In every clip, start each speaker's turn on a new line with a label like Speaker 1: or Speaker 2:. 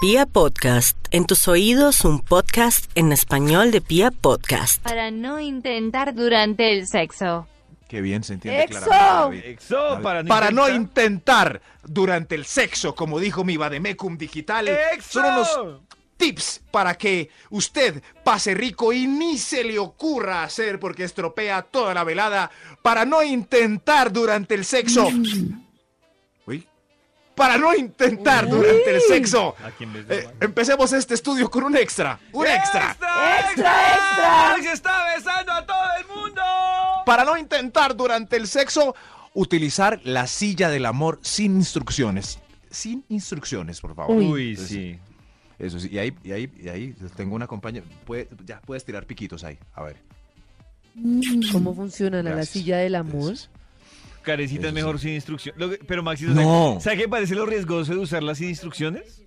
Speaker 1: Pia Podcast, en tus oídos un podcast en español de Pia Podcast.
Speaker 2: Para no intentar durante el sexo.
Speaker 3: Qué bien se entiende
Speaker 4: ¡Exo!
Speaker 3: claramente, David.
Speaker 5: Exo,
Speaker 3: David.
Speaker 5: para no
Speaker 4: Para no
Speaker 5: intentar-
Speaker 4: intentar durante el sexo, como dijo mi Vademecum Digital,
Speaker 5: ¡Exo!
Speaker 4: son unos tips para que usted pase rico y ni se le ocurra hacer porque estropea toda la velada para no intentar durante el sexo. Uy. Para no intentar durante el sexo.
Speaker 5: ¿A quién les
Speaker 4: Eh,
Speaker 5: llaman?
Speaker 4: empecemos este estudio con un extra. Un extra.
Speaker 5: ¡Extra!
Speaker 4: ¡Extra, extra!
Speaker 5: ¡Se está besando a todo el mundo!
Speaker 4: Para no intentar durante el sexo utilizar la silla del amor sin instrucciones. Sin instrucciones, por favor.
Speaker 5: Uy,
Speaker 4: Entonces,
Speaker 5: sí.
Speaker 4: Eso sí, y ahí, y ahí, y ahí tengo una compañera. puede- ya puedes tirar piquitos ahí. A ver.
Speaker 6: ¿Cómo funciona la
Speaker 4: gracias.
Speaker 6: silla del amor?
Speaker 4: Gracias.
Speaker 5: Carecita es
Speaker 4: Eso
Speaker 5: mejor sin instrucción. Lo que- Pero Maxi,
Speaker 4: No.
Speaker 5: ¿sabe qué parece lo riesgoso de usarla sin instrucciones?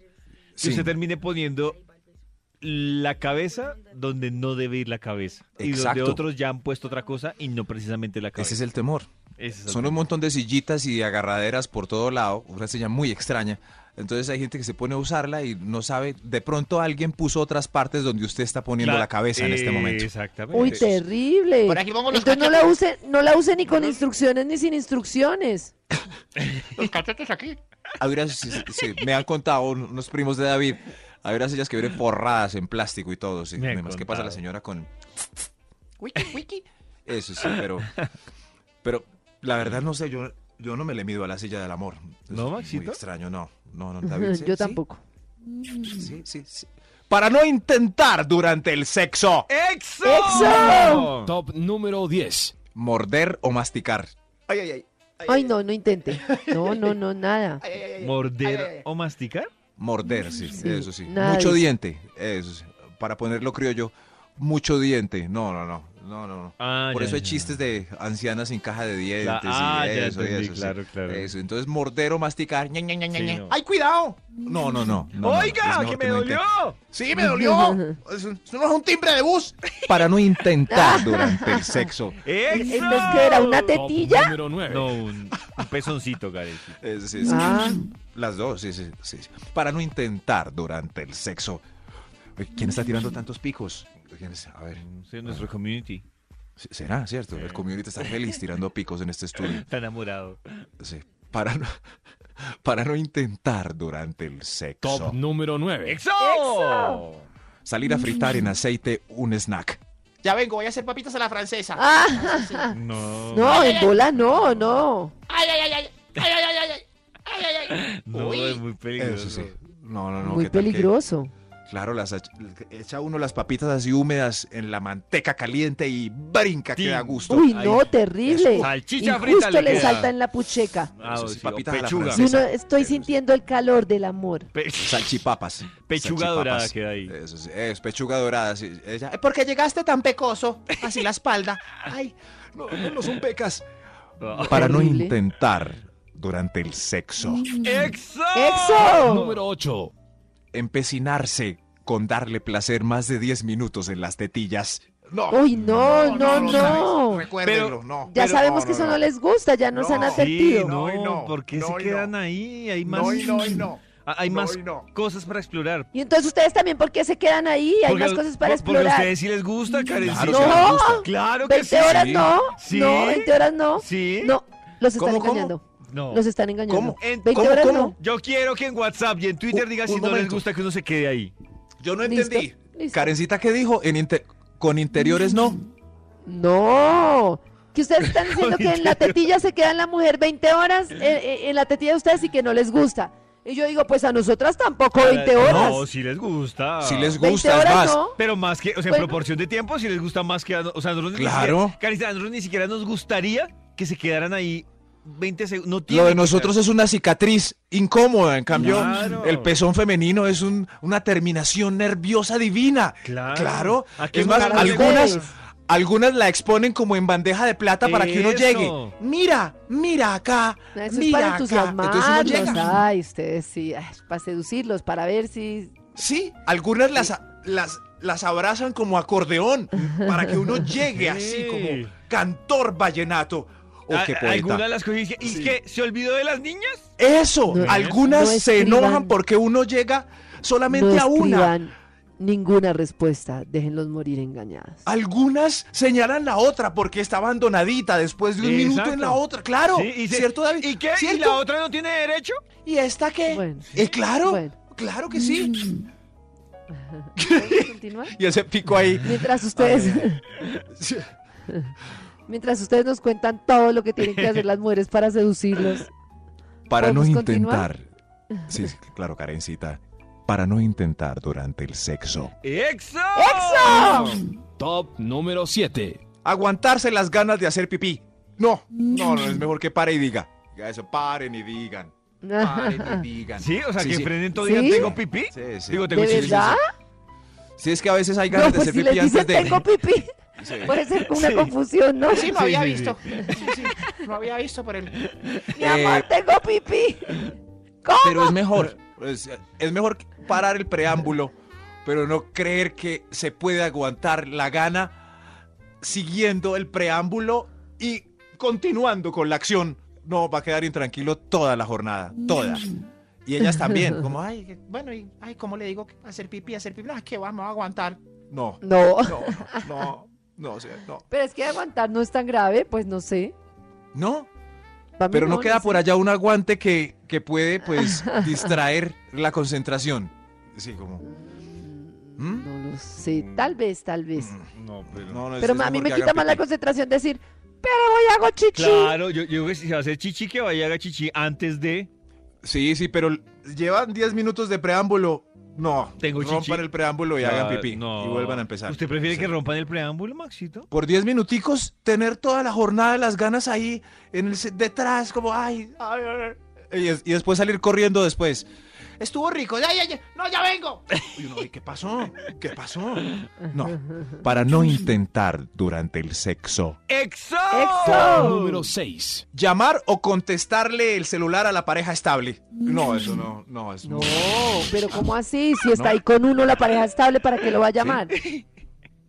Speaker 4: Sí,
Speaker 5: Que usted termine poniendo la cabeza donde no debe ir la cabeza. Y donde
Speaker 4: Exacto.
Speaker 5: otros ya han puesto otra cosa y no precisamente la cabeza.
Speaker 4: ese es el temor.
Speaker 5: Ese es el
Speaker 4: Son un montón de sillitas y agarraderas por todo lado, una silla muy extraña. Entonces hay gente que se pone a usarla y no sabe. De pronto alguien puso otras partes donde usted está poniendo la, cabeza en este momento.
Speaker 5: Exactamente.
Speaker 6: Uy,
Speaker 4: Entonces-
Speaker 6: terrible.
Speaker 4: Por aquí pongo los
Speaker 6: Entonces no la use, no la use ni con instrucciones ni sin instrucciones.
Speaker 4: Hay unas- sí, sí, sí, me han contado un- unos primos de David. Hay unas sillas que vienen porradas en plástico y todo. Sí.
Speaker 5: Me han
Speaker 4: Además, ¿qué pasa la
Speaker 5: contado.
Speaker 4: señora con. Wiki, wiki. Eso sí, pero. Pero la verdad no sé, yo, yo no me le mido a la silla del amor. Es
Speaker 5: ¿No,
Speaker 4: Muy
Speaker 5: Maxito?
Speaker 4: extraño, no. No, no, David. ¿sí?
Speaker 6: Yo
Speaker 4: ¿Sí?
Speaker 6: tampoco.
Speaker 4: Sí, sí, sí. Para no intentar durante el sexo Eh,
Speaker 5: ¡Exo!
Speaker 6: ¡Exo!
Speaker 7: Top número 10.
Speaker 4: morder o masticar. Ay, ay, ay.
Speaker 6: Ay, no, no intente. No, no, no, nada.
Speaker 5: ¿Morder o masticar?
Speaker 4: Morder, sí,
Speaker 6: Sí,
Speaker 4: eso sí.
Speaker 6: nada
Speaker 4: mucho
Speaker 6: de
Speaker 4: diente, eso sí. Para ponerlo criollo, mucho diente. No, no, no, no, no. no.
Speaker 5: Ah,
Speaker 4: Por
Speaker 5: ya,
Speaker 4: eso hay
Speaker 5: ya.
Speaker 4: chistes de ancianas sin caja de dientes.
Speaker 5: La-
Speaker 4: y
Speaker 5: ah, ya
Speaker 4: eso, y
Speaker 5: entendí,
Speaker 4: eso, sí.
Speaker 5: claro, claro.
Speaker 4: Eso, Entonces, morder o masticar. ña, ña, ña, ña,
Speaker 5: Sí,
Speaker 4: ña.
Speaker 5: no.
Speaker 4: ¡Ay, cuidado! No, no, no. no, no, no. Es
Speaker 5: ¡Oiga,
Speaker 4: mejor
Speaker 5: que me
Speaker 4: no
Speaker 5: dolió!
Speaker 4: intente. Sí, me dolió. Eso eso no es un timbre de bus. Para no intentar durante el sexo.
Speaker 5: ¡Exo!
Speaker 6: ¿Entonces qué era? ¿Una tetilla?
Speaker 7: Top número 9.
Speaker 5: No, un, un pezoncito, Gareth.
Speaker 4: Eso sí, sí.
Speaker 6: Ah,
Speaker 4: Las dos, sí, sí, sí. sí. Para no intentar durante el sexo. Uy, ¿Quién está tirando tantos picos? ¿Quién es? A ver,
Speaker 5: Sí, nuestro community.
Speaker 4: se- ¿será cierto?
Speaker 5: Eh.
Speaker 4: El community está feliz tirando picos en este estudio.
Speaker 5: Está enamorado.
Speaker 4: Sí. Para no, para no intentar durante el
Speaker 7: Top
Speaker 4: sexo.
Speaker 7: número 9.
Speaker 5: ¡Exo!
Speaker 4: Salir a fritar en aceite un snack.
Speaker 8: Ya vengo, voy a hacer papitas a la francesa.
Speaker 6: ah,
Speaker 5: No.
Speaker 6: no, en bola no, no.
Speaker 8: Ay, ay, ay, ay. Ay, ay, ay, ay, ay. Ay, ay, ay.
Speaker 5: No,
Speaker 8: Uy.
Speaker 5: es muy peligroso.
Speaker 4: Eso sí. No, no, no.
Speaker 6: Muy
Speaker 4: ¿qué tal que-
Speaker 6: peligroso.
Speaker 4: claro, las ach- echa uno las papitas así húmedas en la manteca caliente y brinca, que
Speaker 5: Tin.
Speaker 4: da gusto.
Speaker 6: Uy,
Speaker 5: Ahí.
Speaker 6: no, terrible.
Speaker 5: Eso. Salchicha
Speaker 6: Y
Speaker 5: frita
Speaker 6: justo
Speaker 5: le
Speaker 6: le
Speaker 5: queda.
Speaker 6: salta en la pucheca.
Speaker 5: Ah,
Speaker 4: Eso
Speaker 5: sí,
Speaker 4: sí,
Speaker 5: o
Speaker 4: papitas a la
Speaker 5: pechuga.
Speaker 4: francesa.
Speaker 6: Y uno,
Speaker 4: Esa-
Speaker 6: estoy
Speaker 4: eso sí.
Speaker 6: sintiendo el calor del amor.
Speaker 5: Pe-
Speaker 4: Salchipapas.
Speaker 5: Pechuga
Speaker 4: Salchipapas.
Speaker 5: dorada queda ahí.
Speaker 4: Eso sí, es pechuga dorada. sí. Ella,
Speaker 8: ¿Por qué llegaste tan pecoso? Así la espalda. Ay.
Speaker 4: no, no, no son pecas.
Speaker 5: Ah.
Speaker 4: Para no
Speaker 6: Terrible.
Speaker 4: intentar durante el sexo,
Speaker 5: ¡Exo!
Speaker 6: ¡Exo!
Speaker 7: Número 8.
Speaker 4: empecinarse con darle placer más de 10 minutos en las tetillas. No.
Speaker 6: Uy, no, no, no.
Speaker 4: Recuérdenlo,
Speaker 5: Pero-
Speaker 4: no.
Speaker 6: Ya
Speaker 4: Pero-
Speaker 6: sabemos
Speaker 4: no,
Speaker 6: que
Speaker 4: no,
Speaker 6: eso no
Speaker 4: no.
Speaker 6: les gusta, ya nos
Speaker 4: No.
Speaker 6: han
Speaker 4: Sí,
Speaker 5: Sí,
Speaker 6: advertido.
Speaker 5: no,
Speaker 4: No y no,
Speaker 5: ¿por qué
Speaker 4: no
Speaker 5: se
Speaker 4: y
Speaker 5: quedan
Speaker 4: no.
Speaker 5: ahí? Hay más,
Speaker 4: No y no y no.
Speaker 5: Ah, hay
Speaker 4: No
Speaker 5: más
Speaker 4: y no.
Speaker 5: cosas para explorar.
Speaker 6: Y entonces ustedes también, ¿por qué se quedan ahí? Hay
Speaker 5: Porque-
Speaker 6: más cosas para
Speaker 5: por- Porque a
Speaker 6: explorar.
Speaker 5: ustedes sí les gusta, Karen.
Speaker 4: Claro,
Speaker 6: No.
Speaker 4: sí les gusta.
Speaker 5: Claro que
Speaker 6: 20
Speaker 5: sí.
Speaker 6: horas
Speaker 5: sí.
Speaker 6: no,
Speaker 5: ¿Sí?
Speaker 6: no, 20 horas no.
Speaker 5: ¿Sí?
Speaker 6: No, los están
Speaker 4: ¿Cómo, cómo?
Speaker 6: engañando.
Speaker 5: No.
Speaker 6: Los están engañando.
Speaker 4: ¿Cómo?
Speaker 6: 20
Speaker 4: ¿Cómo,
Speaker 6: horas
Speaker 4: cómo?
Speaker 6: no.
Speaker 5: Yo quiero que en WhatsApp y en Twitter
Speaker 4: Un-
Speaker 5: digan si
Speaker 4: un
Speaker 5: no les
Speaker 4: momento.
Speaker 5: gusta que uno se quede ahí.
Speaker 4: Yo no
Speaker 6: ¿Listo?
Speaker 4: entendí.
Speaker 6: ¿Listo?
Speaker 4: Karencita, ¿qué dijo? En inter- con interiores no.
Speaker 6: No. Que ustedes están diciendo que en la tetilla se queda la mujer 20 horas eh, eh, en la tetilla de ustedes y que no les gusta. Y yo digo, pues a nosotras tampoco 20 horas.
Speaker 5: No, si les gusta.
Speaker 4: Si les
Speaker 6: 20
Speaker 4: gusta, es
Speaker 6: horas
Speaker 4: más.
Speaker 6: no.
Speaker 5: Pero más que, o sea, en
Speaker 6: Bueno.
Speaker 5: proporción de tiempo, si les gusta más que a no- O sea, nosotros
Speaker 4: Claro.
Speaker 5: ni siquiera, Carita, a nosotros ni siquiera nos gustaría que se quedaran ahí 20 segundos. No tiene
Speaker 4: Lo de
Speaker 5: que
Speaker 4: nosotros
Speaker 5: ser.
Speaker 4: es una cicatriz incómoda, en cambio
Speaker 5: Claro.
Speaker 4: el pezón femenino es un- una terminación nerviosa divina.
Speaker 5: Claro. ¿A qué
Speaker 4: Es más,
Speaker 5: mujer no le
Speaker 4: algunas,
Speaker 6: gusta?
Speaker 4: algunas la exponen como en bandeja de plata para que uno
Speaker 5: Eso.
Speaker 4: llegue. Mira, mira acá,
Speaker 6: Eso es
Speaker 4: mira
Speaker 6: para
Speaker 4: acá. Entonces uno
Speaker 6: entusiasmarlos.
Speaker 4: llega.
Speaker 6: Ay, ustedes sí. ay, para seducirlos, para ver si.
Speaker 4: Sí, algunas las, a- las, las abrazan como acordeón para que uno llegue así
Speaker 5: Sí. Ah,
Speaker 4: como cantor vallenato. o
Speaker 5: A-
Speaker 4: qué poeta.
Speaker 5: Alguna las cogí y dije, ¿y
Speaker 4: Sí.
Speaker 5: qué? ¿Se olvidó de las niñas?
Speaker 4: Eso,
Speaker 6: No,
Speaker 4: algunas
Speaker 6: no
Speaker 4: se
Speaker 6: escriban.
Speaker 4: enojan porque uno llega solamente
Speaker 6: no
Speaker 4: a una.
Speaker 6: escriban ninguna respuesta, déjenlos morir engañadas.
Speaker 4: Algunas señalan la otra porque está abandonadita después de un minuto en
Speaker 5: Exacto.
Speaker 4: la otra. Claro,
Speaker 5: Sí, y se-
Speaker 4: ¿cierto, David?
Speaker 5: ¿Y qué? ¿Y
Speaker 4: ¿Cierto?
Speaker 5: la otra no tiene derecho?
Speaker 8: ¿Y esta qué?
Speaker 6: Bueno,
Speaker 4: Eh, claro,
Speaker 6: Bueno.
Speaker 4: claro que sí.
Speaker 5: Mm.
Speaker 6: ¿podemos continuar?
Speaker 4: Y ese pico ahí.
Speaker 6: Mientras ustedes,
Speaker 4: Sí.
Speaker 6: mientras ustedes nos cuentan todo lo que tienen que hacer las mujeres para seducirlos.
Speaker 4: Para no
Speaker 6: ¿Podemos continuar?
Speaker 4: intentar. Sí, sí, claro, Karencita. Para no intentar durante el sexo.
Speaker 5: ¡Exo!
Speaker 7: Top número 7.
Speaker 4: Aguantarse las ganas de hacer pipí. No, no, no es mejor que pare y diga. Diga eso, paren y digan. Paren y digan.
Speaker 5: Sí, o sea,
Speaker 4: Sí,
Speaker 5: que
Speaker 4: sí.
Speaker 5: prenden todo
Speaker 6: ¿Sí?
Speaker 5: día, tengo pipí.
Speaker 4: Sí, sí.
Speaker 5: Digo, tengo
Speaker 6: ¿De
Speaker 5: chichis.
Speaker 6: verdad?
Speaker 4: Sí, es que a veces hay ganas
Speaker 6: No,
Speaker 4: de
Speaker 6: pues si
Speaker 4: hacer
Speaker 6: les
Speaker 4: pipí antes
Speaker 6: dicen
Speaker 4: de.
Speaker 6: tengo pipí,
Speaker 4: Sí.
Speaker 6: puede ser una confusión, ¿no?
Speaker 8: Sí, no
Speaker 5: Sí,
Speaker 8: había
Speaker 5: sí,
Speaker 8: visto. Sí, sí, no había visto por el.
Speaker 6: Mi amor,
Speaker 4: Eh.
Speaker 6: tengo pipí. ¿Cómo?
Speaker 4: Pero es mejor. Es, es mejor parar el preámbulo, pero no creer que se puede aguantar la gana siguiendo el preámbulo y continuando con la acción. No, va a quedar intranquilo toda la jornada. Toda. Y ellas también. Como,
Speaker 8: Como, ay, que- bueno, y, ay, ¿cómo le digo? que Hacer pipí, hacer pipí. No, que vamos a aguantar.
Speaker 4: no,
Speaker 6: No,
Speaker 4: no, no, no, o sea, no.
Speaker 6: pero es que aguantar no es tan grave, pues no sé.
Speaker 4: No,
Speaker 6: Pa' mí
Speaker 4: pero no queda
Speaker 6: sé.
Speaker 4: por allá un aguante que, que puede, pues, distraer la concentración. Sí, como. ¿Mm?
Speaker 6: No lo sé, tal vez, tal vez.
Speaker 5: No,
Speaker 4: No, no, es-
Speaker 6: Pero
Speaker 4: es
Speaker 6: ma- a mí
Speaker 4: mejor
Speaker 6: me
Speaker 4: que
Speaker 6: quita
Speaker 4: hagan
Speaker 6: más la
Speaker 4: pipí.
Speaker 6: concentración decir, pero voy a hago chichi.
Speaker 5: Claro, yo, yo creo que si se va a hacer chichi, que vaya a haga chichi antes de...
Speaker 4: Sí, sí, pero llevan 10 minutos de preámbulo. No,
Speaker 5: Tengo
Speaker 4: rompan
Speaker 5: chichi.
Speaker 4: el preámbulo y
Speaker 5: Ah,
Speaker 4: hagan pipí
Speaker 5: no.
Speaker 4: y vuelvan a empezar.
Speaker 5: ¿Usted prefiere
Speaker 4: Sí.
Speaker 5: que rompan el preámbulo, Maxito?
Speaker 4: por 10 minuticos tener toda la jornada las ganas ahí en el se- detrás como ay, ay, ay", y, es- y después salir corriendo después.
Speaker 8: Estuvo rico. Ya, ya, ya. No, ya vengo.
Speaker 4: Y uno, "Ay, ¿qué pasó? ¿Qué pasó? No, para no intentar durante el sexo
Speaker 5: ¡Exo!
Speaker 6: ¡Exo!
Speaker 7: Número 6.
Speaker 4: llamar o contestarle el celular a la pareja estable. No, eso no, no es
Speaker 6: No, pero ¿cómo así? Si está ahí con uno, la pareja estable, ¿para que lo va a llamar?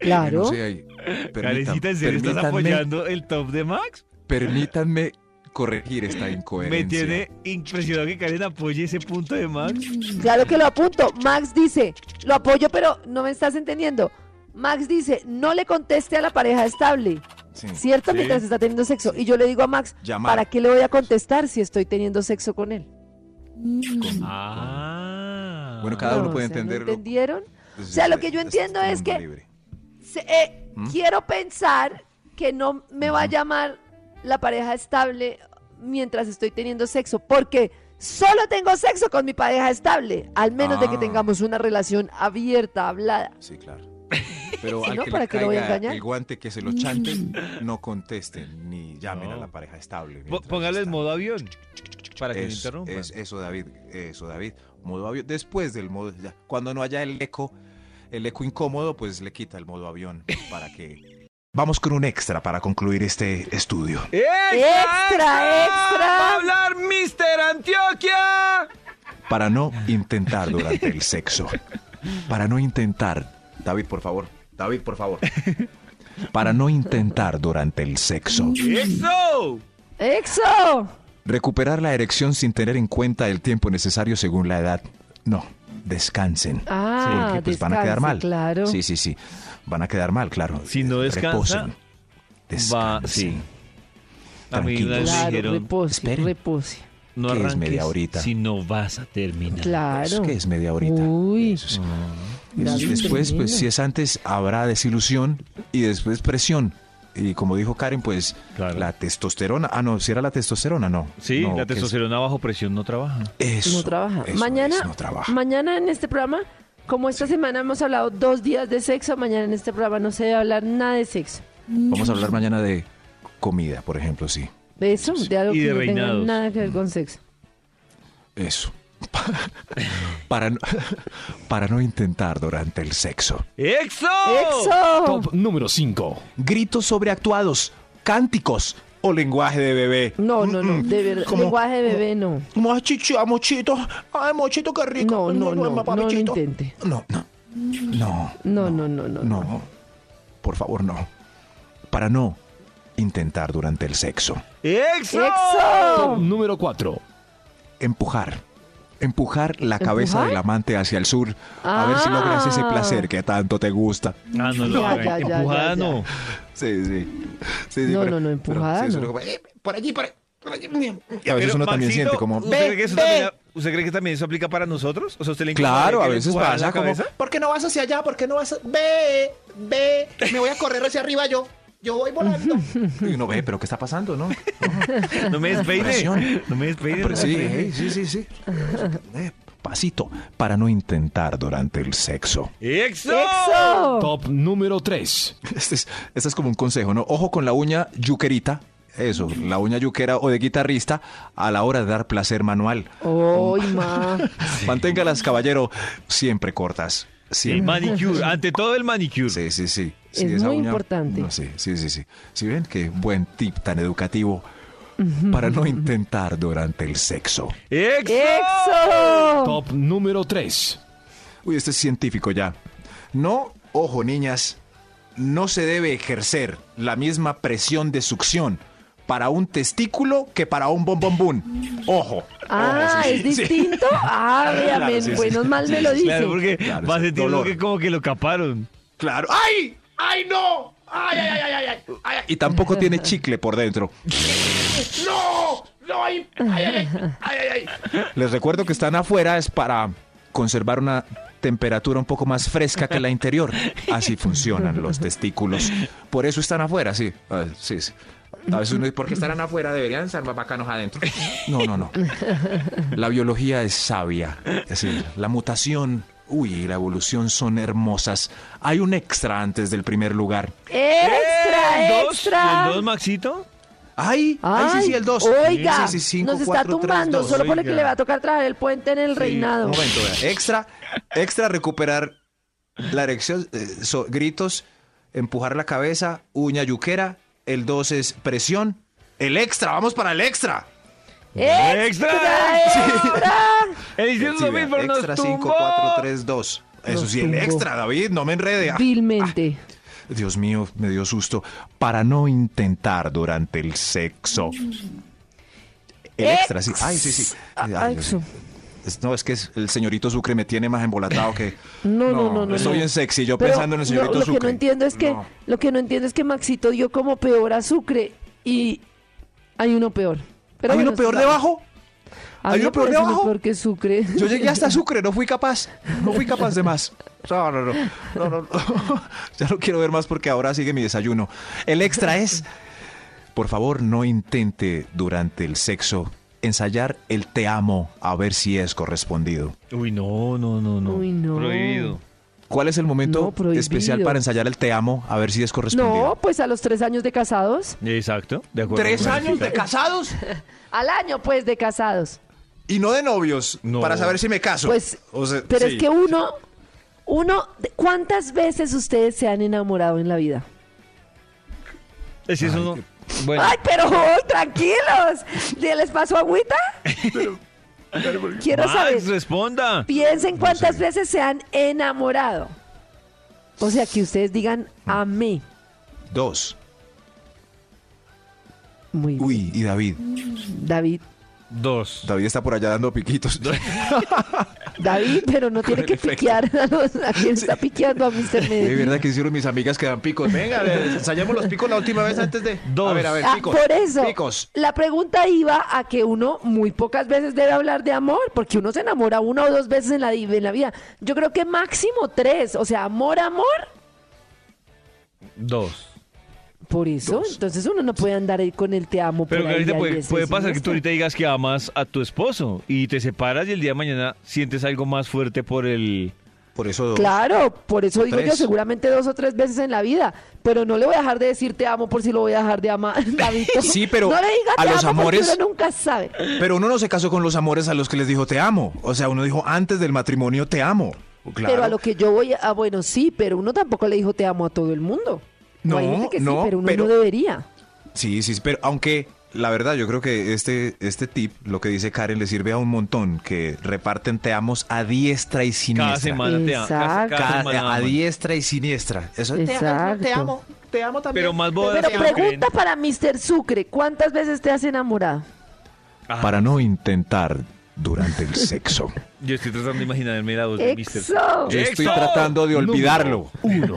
Speaker 6: Claro.
Speaker 4: No sé, ahí. Permitan-
Speaker 5: Karencita, ¿en serio estás
Speaker 4: permítanme-
Speaker 5: apoyando el top de Max?
Speaker 4: Permítanme corregir esta
Speaker 5: Me
Speaker 4: incoherencia.
Speaker 5: tiene impresionado que Karen apoye ese punto de Max.
Speaker 6: Claro que lo apunto. Max dice, lo apoyo, pero no me estás entendiendo. Max dice, no le conteste a la pareja estable,
Speaker 4: Sí.
Speaker 6: ¿cierto?
Speaker 5: Sí.
Speaker 6: Mientras está teniendo sexo. Y yo le digo a Max,
Speaker 4: Llamar.
Speaker 6: ¿para qué le voy a contestar si estoy teniendo sexo con él?
Speaker 4: Con-
Speaker 5: Ah.
Speaker 4: Bueno, cada uno
Speaker 6: No,
Speaker 4: puede
Speaker 6: o sea, ¿no
Speaker 4: entenderlo.
Speaker 6: ¿Entendieron?
Speaker 4: con-
Speaker 6: O sea, lo que yo entiendo
Speaker 4: Este
Speaker 6: es que-
Speaker 4: mundo libre.
Speaker 6: Se- eh,
Speaker 4: ¿Mm?
Speaker 6: Quiero pensar que no me va a llamar la pareja estable mientras estoy teniendo sexo, porque solo tengo sexo con mi pareja estable, al menos de que
Speaker 4: Ah.
Speaker 6: tengamos una relación abierta, hablada.
Speaker 4: Sí, claro. Pero
Speaker 6: Si
Speaker 4: al
Speaker 6: no,
Speaker 4: que
Speaker 6: ¿para
Speaker 4: le
Speaker 6: qué lo voy a
Speaker 4: caiga
Speaker 6: engañar?
Speaker 4: el guante que se lo chanten, no contesten ni llamen a
Speaker 5: No.
Speaker 4: la pareja estable.
Speaker 5: Po-
Speaker 4: mientras
Speaker 5: Póngalo en
Speaker 4: están.
Speaker 5: modo avión. Para que no
Speaker 4: Es-
Speaker 5: interrumpa.
Speaker 4: es- eso, David. Eso, David. Modo avión. Después del modo. ya, cuando no haya el eco, el eco incómodo, pues le quita el modo avión para que. Vamos con un extra para concluir este estudio.
Speaker 6: ¡Extra, extra!
Speaker 5: ¡Va a hablar Mister Antioquia!
Speaker 4: Para no intentar durante el sexo. Para no intentar. David, por favor. David, por favor. Para no intentar durante el sexo.
Speaker 5: ¡Eso!
Speaker 6: ¡Exo!
Speaker 4: Recuperar la erección sin tener en cuenta el tiempo necesario según la edad. No, descansen.
Speaker 6: Ah,
Speaker 4: porque pues van a quedar
Speaker 6: descanse,
Speaker 4: mal.
Speaker 6: claro.
Speaker 4: Sí, sí, sí. Van a quedar mal, claro.
Speaker 5: Si no
Speaker 4: Eh,
Speaker 5: descansa,
Speaker 4: reposen.
Speaker 5: Va,
Speaker 4: Descansen.
Speaker 5: sí. A mí
Speaker 4: Tranquilos.
Speaker 5: una vez me
Speaker 6: Claro,
Speaker 5: dijeron,
Speaker 6: repose,
Speaker 4: esperen.
Speaker 6: repose.
Speaker 5: no
Speaker 4: ¿qué es
Speaker 5: arranques
Speaker 4: media horita?
Speaker 5: si no vas a terminar.
Speaker 6: Claro.
Speaker 4: Es que es media horita.
Speaker 6: Uy. Mm.
Speaker 4: Eso sí.
Speaker 6: David,
Speaker 4: Eso sí. después,
Speaker 6: tremendo.
Speaker 4: pues si es antes, habrá desilusión y después presión. Y como dijo Karen, pues
Speaker 5: Claro.
Speaker 4: la testosterona. Ah, no, si era la testosterona, no.
Speaker 5: Sí,
Speaker 4: No,
Speaker 5: la
Speaker 4: que es-
Speaker 5: testosterona bajo presión no trabaja.
Speaker 4: Eso.
Speaker 6: no trabaja.
Speaker 4: eso
Speaker 6: mañana,
Speaker 4: es, no trabaja.
Speaker 6: mañana en este programa, como esta semana hemos hablado dos días de sexo, mañana en este programa no se debe hablar nada de sexo.
Speaker 4: Vamos a hablar mañana de comida, por ejemplo, sí.
Speaker 6: De eso, de algo
Speaker 5: Y
Speaker 6: que
Speaker 5: de
Speaker 6: no tenga
Speaker 5: reinados.
Speaker 6: nada que ver con sexo.
Speaker 4: Eso. para, no- para no intentar durante el sexo.
Speaker 5: ¡Exo!
Speaker 4: ¡Oh!
Speaker 6: ¡Exo!
Speaker 7: Top número 5.
Speaker 4: Gritos sobreactuados, cánticos o lenguaje de bebé.
Speaker 6: No, no, no,
Speaker 4: Mm-mm.
Speaker 6: de verdad,
Speaker 4: Mm, Como,
Speaker 6: lenguaje de bebé no.
Speaker 4: "Ay, chichi, ay, mochito, ay, mochito, qué rico.
Speaker 6: No, no, no, no,
Speaker 4: papá,
Speaker 6: no lo
Speaker 4: bichito".
Speaker 6: intente.
Speaker 4: No, no. No,
Speaker 6: No, no, no, no.
Speaker 4: no. Por favor, no. Para no Intentar durante el sexo.
Speaker 5: ¡Exo!
Speaker 7: Top
Speaker 6: ¡Exo!
Speaker 7: número 4.
Speaker 4: Empujar. Empujar la cabeza
Speaker 6: ¿Empujar?
Speaker 4: del amante hacia el sur. A ver si logras ese
Speaker 6: Ah.
Speaker 4: placer que tanto te gusta.
Speaker 5: Ah, no lo
Speaker 6: Ya,
Speaker 5: hagan.
Speaker 6: ya, ya, ya,
Speaker 5: Empujada
Speaker 6: ya.
Speaker 5: no.
Speaker 4: Sí, sí. Sí, sí,
Speaker 6: No,
Speaker 4: pero-
Speaker 6: no, no,
Speaker 4: pero
Speaker 6: empujada
Speaker 4: sí, eso
Speaker 6: no.
Speaker 4: es lo que- eh, por allí, por por allí. Y a veces
Speaker 5: Pero,
Speaker 4: uno también
Speaker 5: Maxito,
Speaker 4: siente como...
Speaker 5: ¿usted,
Speaker 8: "Ve,
Speaker 5: cree que eso
Speaker 8: ve".
Speaker 5: también, ¿Usted cree que también eso aplica para nosotros? O sea, ¿usted le
Speaker 4: Claro,
Speaker 5: incomodaría
Speaker 4: a
Speaker 5: que le
Speaker 4: veces
Speaker 5: empujaran
Speaker 4: pasa
Speaker 5: la
Speaker 4: como-
Speaker 5: cabeza?
Speaker 8: ¿Por qué no vas hacia allá? ¿Por qué no vas? a- Ve, ve, me voy a correr hacia arriba yo. Yo voy volando.
Speaker 4: Y uno ve, pero ¿qué está pasando? No,
Speaker 5: No me despeine.
Speaker 4: Presión.
Speaker 5: No me despeine. no me
Speaker 4: sí,
Speaker 5: despeine.
Speaker 4: eh, sí, sí, sí. Eh, Pasito para no intentar durante el sexo.
Speaker 5: ¡Exo!
Speaker 6: ¡Exo!
Speaker 7: Top número 3.
Speaker 4: Este es, este es como un consejo, ¿no? Ojo con la uña yuquerita. Eso, la uña yuquera o de guitarrista a la hora de dar placer manual.
Speaker 6: ¡Ay, ma!
Speaker 4: Manténgalas, caballero, siempre cortas.
Speaker 5: El
Speaker 4: Siempre.
Speaker 5: manicure. Ante todo el manicure.
Speaker 4: Sí, sí, sí.
Speaker 6: Es
Speaker 4: Sí, esa
Speaker 6: muy
Speaker 4: uña-
Speaker 6: importante.
Speaker 4: no, sí, sí, sí, sí. Si ven qué buen tip tan educativo para no intentar durante el sexo.
Speaker 5: ¡Exo!
Speaker 6: ¡Exo!
Speaker 7: Top número 3.
Speaker 4: Uy, este es científico ya. No, ojo, niñas, no se debe ejercer la misma presión de succión para un testículo que para un bombombún. Ojo.
Speaker 6: Ah,
Speaker 4: Ojo, sí,
Speaker 6: ¿es
Speaker 4: sí, sí.
Speaker 6: distinto? Ah, véame,
Speaker 4: sí, sí.
Speaker 6: menos mal me lo dice.
Speaker 5: Claro, porque
Speaker 4: Claro,
Speaker 5: va a
Speaker 4: sí,
Speaker 5: sentir uno
Speaker 4: dolor.
Speaker 5: que como que lo caparon.
Speaker 4: Claro. ¡Ay!
Speaker 8: ¡Ay no! ¡Ay, ay, ay, ay, ay! ay, ay!
Speaker 4: Y tampoco tiene chicle por dentro.
Speaker 8: ¡No! ¡No! ¡Ay, ay, ay! ¡Ay, ay, ay!
Speaker 4: Les recuerdo que están afuera es para conservar una temperatura un poco más fresca que la interior. Así funcionan los testículos. Por eso están afuera, sí. Ah, sí, sí. A veces uno dice, ¿por qué estarán afuera? Deberían estar más bacanos adentro. No, no, no. La biología es sabia. Es decir, la mutación, uy, y la evolución son hermosas. Hay un extra antes del primer lugar.
Speaker 5: ¡Eh!
Speaker 6: ¡Extra,
Speaker 5: ¿El dos?
Speaker 6: extra!
Speaker 5: ¿El dos, Maxito?
Speaker 4: ¡Ay! ¡Ay, sí, sí, el 2!
Speaker 6: Oiga,
Speaker 4: sí, sí, cinco,
Speaker 6: nos está
Speaker 4: cuatro, tres,
Speaker 6: tumbando
Speaker 4: dos.
Speaker 6: solo por el que
Speaker 5: Oiga.
Speaker 6: le va a tocar trabajar el puente en el reinado.
Speaker 4: Un momento, vea. extra, extra recuperar la erección, eh, so- gritos, empujar la cabeza, uña yuquera, el 2 es presión, el extra, vamos para el extra.
Speaker 6: ¡Extra! ¡Extra!
Speaker 5: El hicieron
Speaker 4: Sí,
Speaker 5: lo
Speaker 4: vea,
Speaker 5: mismo, nos
Speaker 4: extra
Speaker 5: tumbó.
Speaker 4: 5, 4, 3, 2. Eso
Speaker 6: Nos
Speaker 4: sí, el
Speaker 6: tumbó.
Speaker 4: extra, David, no me enrede. Ah,
Speaker 6: Vilmente.
Speaker 4: Dios mío, me dio susto. Para no intentar durante el sexo. El extra, sí. Ay, sí, sí. Ay,
Speaker 6: Ah,
Speaker 4: Dios
Speaker 6: exo.
Speaker 4: mío. Es- No, es que es- el señorito Sucre me tiene más embolatado que...
Speaker 6: No, no, no, no.
Speaker 4: Estoy
Speaker 6: no.
Speaker 4: bien sexy, yo
Speaker 6: Pero
Speaker 4: pensando en el
Speaker 6: lo-
Speaker 4: señorito
Speaker 6: lo,
Speaker 4: Sucre.
Speaker 6: que no entiendo es que
Speaker 4: No.
Speaker 6: lo que no entiendo es que Maxito dio como peor a Sucre y hay uno peor. Pero
Speaker 4: ¿Hay
Speaker 6: bueno,
Speaker 4: uno peor
Speaker 6: sigamos.
Speaker 4: debajo?
Speaker 6: A mí
Speaker 4: ¿Hay
Speaker 6: me
Speaker 4: uno peor
Speaker 6: parece uno
Speaker 4: debajo?
Speaker 6: peor que Sucre.
Speaker 4: Yo llegué hasta Sucre, no fui capaz. No fui capaz de más. No, no, no. no, no, no. Ya no quiero ver más porque ahora sigue mi desayuno. El extra es, por favor, no intente durante el sexo ensayar el te amo a ver si es correspondido.
Speaker 5: Uy, no, no, no, no.
Speaker 6: Uy, no.
Speaker 5: Prohibido.
Speaker 4: ¿Cuál es el
Speaker 6: No,
Speaker 4: momento
Speaker 6: prohibido.
Speaker 4: especial para ensayar el te amo a ver si es correspondido?
Speaker 6: No, pues a los tres años de casados.
Speaker 5: Exacto, de acuerdo.
Speaker 4: ¿Tres años de casados?
Speaker 6: Al año, pues, de casados.
Speaker 4: Y no de novios,
Speaker 5: No.
Speaker 4: para saber si me caso.
Speaker 6: Pues,
Speaker 4: O sea,
Speaker 6: pero
Speaker 4: sí.
Speaker 6: es que uno, uno, ¿de ¿cuántas veces ustedes se han enamorado en la vida?
Speaker 5: Eh, Es eso no. Bueno,
Speaker 6: Ay, pero hoy, tranquilos. ¿Ya les paso agüita? Quiero
Speaker 5: Max,
Speaker 6: saber.
Speaker 5: responda.
Speaker 6: Piensen cuántas veces se han enamorado. O sea, que ustedes digan a mí.
Speaker 4: Dos.
Speaker 6: Muy bien.
Speaker 4: Uy, y David.
Speaker 6: David,
Speaker 5: Dos.
Speaker 4: David está por allá dando piquitos.
Speaker 6: David, pero no tiene que piquear a, los, a quien está piqueando a Mr.
Speaker 4: De
Speaker 6: Medellín.
Speaker 4: verdad que hicieron mis amigas que dan picos. Venga, a ver, ensayamos los picos la última vez antes de.
Speaker 5: Dos.
Speaker 4: A ver, a ver,
Speaker 6: Ah,
Speaker 4: picos.
Speaker 6: por eso,
Speaker 4: Picos.
Speaker 6: la pregunta iba a que uno muy pocas veces debe hablar de amor, porque uno se enamora una o dos veces en la, di- en la vida. Yo creo que máximo tres, o sea, amor, amor.
Speaker 5: Dos.
Speaker 6: Por eso, entonces uno no puede andar ahí con el te amo.
Speaker 5: Pero
Speaker 6: por
Speaker 5: que
Speaker 6: ahí
Speaker 5: ahorita
Speaker 6: a
Speaker 5: puede,
Speaker 6: diestra y
Speaker 5: puede pasar que tú
Speaker 6: siniestra.
Speaker 5: ahorita digas que amas a tu esposo y te separas y el día de mañana sientes algo más fuerte por el...
Speaker 4: Por eso. dos.
Speaker 6: Claro, por eso digo yo,
Speaker 4: tres.
Speaker 6: seguramente dos o tres veces en la vida, pero no le voy a dejar de decir te amo por si lo voy a dejar de amar, Davidito.
Speaker 4: Sí, pero
Speaker 6: no le diga
Speaker 4: a
Speaker 6: te
Speaker 4: los
Speaker 6: amo porque
Speaker 4: amores-
Speaker 6: uno nunca sabe.
Speaker 4: Pero uno no se casó con los amores a los que les dijo te amo. O sea, uno dijo antes del matrimonio te amo. Claro.
Speaker 6: Pero a lo que yo voy, a, ah, bueno, sí, pero uno tampoco le dijo te amo a todo el mundo.
Speaker 4: No,
Speaker 6: hay gente que sí,
Speaker 4: no,
Speaker 6: pero uno
Speaker 4: pero-
Speaker 6: no debería.
Speaker 4: Sí, sí, sí, pero aunque la verdad yo creo que este, este tip, lo que dice Karen, le sirve a un montón, que reparten te amos a diestra y siniestra.
Speaker 5: Cada semana te ama. Cada,
Speaker 6: Exacto.
Speaker 5: cada
Speaker 4: Cada-
Speaker 5: semana
Speaker 4: a
Speaker 5: aman.
Speaker 4: diestra y siniestra. Eso
Speaker 8: Te amo, te amo, te amo también.
Speaker 5: Pero más bodas
Speaker 6: Pero
Speaker 8: te
Speaker 5: que
Speaker 8: amo.
Speaker 5: lo que-
Speaker 6: pregunta para Mr. Sucre, ¿cuántas veces te has enamorado?
Speaker 4: Para no intentar durante el sexo.
Speaker 5: Yo estoy tratando de imaginarme la voz de Mr.
Speaker 6: ¡Exo!
Speaker 4: Yo estoy
Speaker 5: ¡Exo!
Speaker 4: tratando de olvidarlo.
Speaker 7: Uno.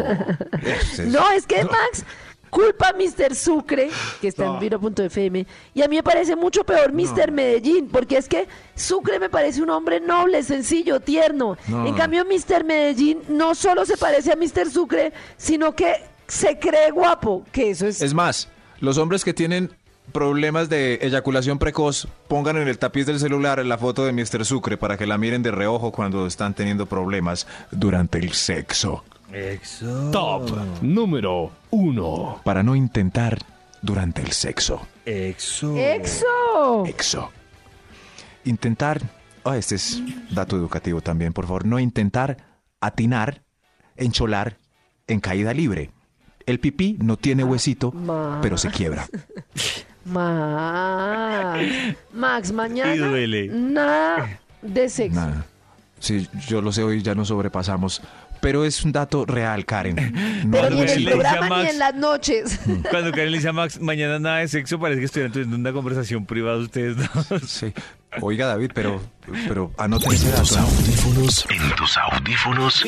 Speaker 4: Ese es-
Speaker 6: No, es que Max culpa a Mr. Sucre, que está en Vino.fm, y a mí me parece mucho peor Mr. Medellín, porque es que Sucre me parece un hombre noble, sencillo, tierno.
Speaker 4: No.
Speaker 6: En cambio, Mr. Medellín no solo se parece a Mr. Sucre, sino que se cree guapo, que eso es...
Speaker 4: Es más, los hombres que tienen problemas de eyaculación precoz, pongan en el tapiz del celular la foto de Mr. Sucre para que la miren de reojo cuando están teniendo problemas durante el sexo.
Speaker 5: Exo.
Speaker 7: Top número uno.
Speaker 4: Para no intentar durante el sexo.
Speaker 5: Exo.
Speaker 6: ¡Exo!
Speaker 4: Exo. Intentar. ah, este es dato educativo también, por favor. No intentar atinar, encholar en caída libre. El pipí no tiene huesito,
Speaker 6: Más.
Speaker 4: pero se quiebra.
Speaker 6: Max, Max, mañana
Speaker 5: Y duele.
Speaker 6: nada de sexo.
Speaker 4: Nada. Sí, yo lo sé, hoy ya nos sobrepasamos. Pero es un dato real, Karen. No
Speaker 6: Pero
Speaker 4: algo
Speaker 6: ni en el
Speaker 4: así.
Speaker 5: le dice a
Speaker 6: programa ni
Speaker 5: Max-
Speaker 6: en las noches.
Speaker 5: Cuando Karen le dice a Max, mañana nada de sexo, parece que estuvieran teniendo una conversación privada ustedes dos.
Speaker 4: Sí. Oiga, David, pero, pero anoten ese dato.
Speaker 7: Audífonos.
Speaker 9: En tus audífonos.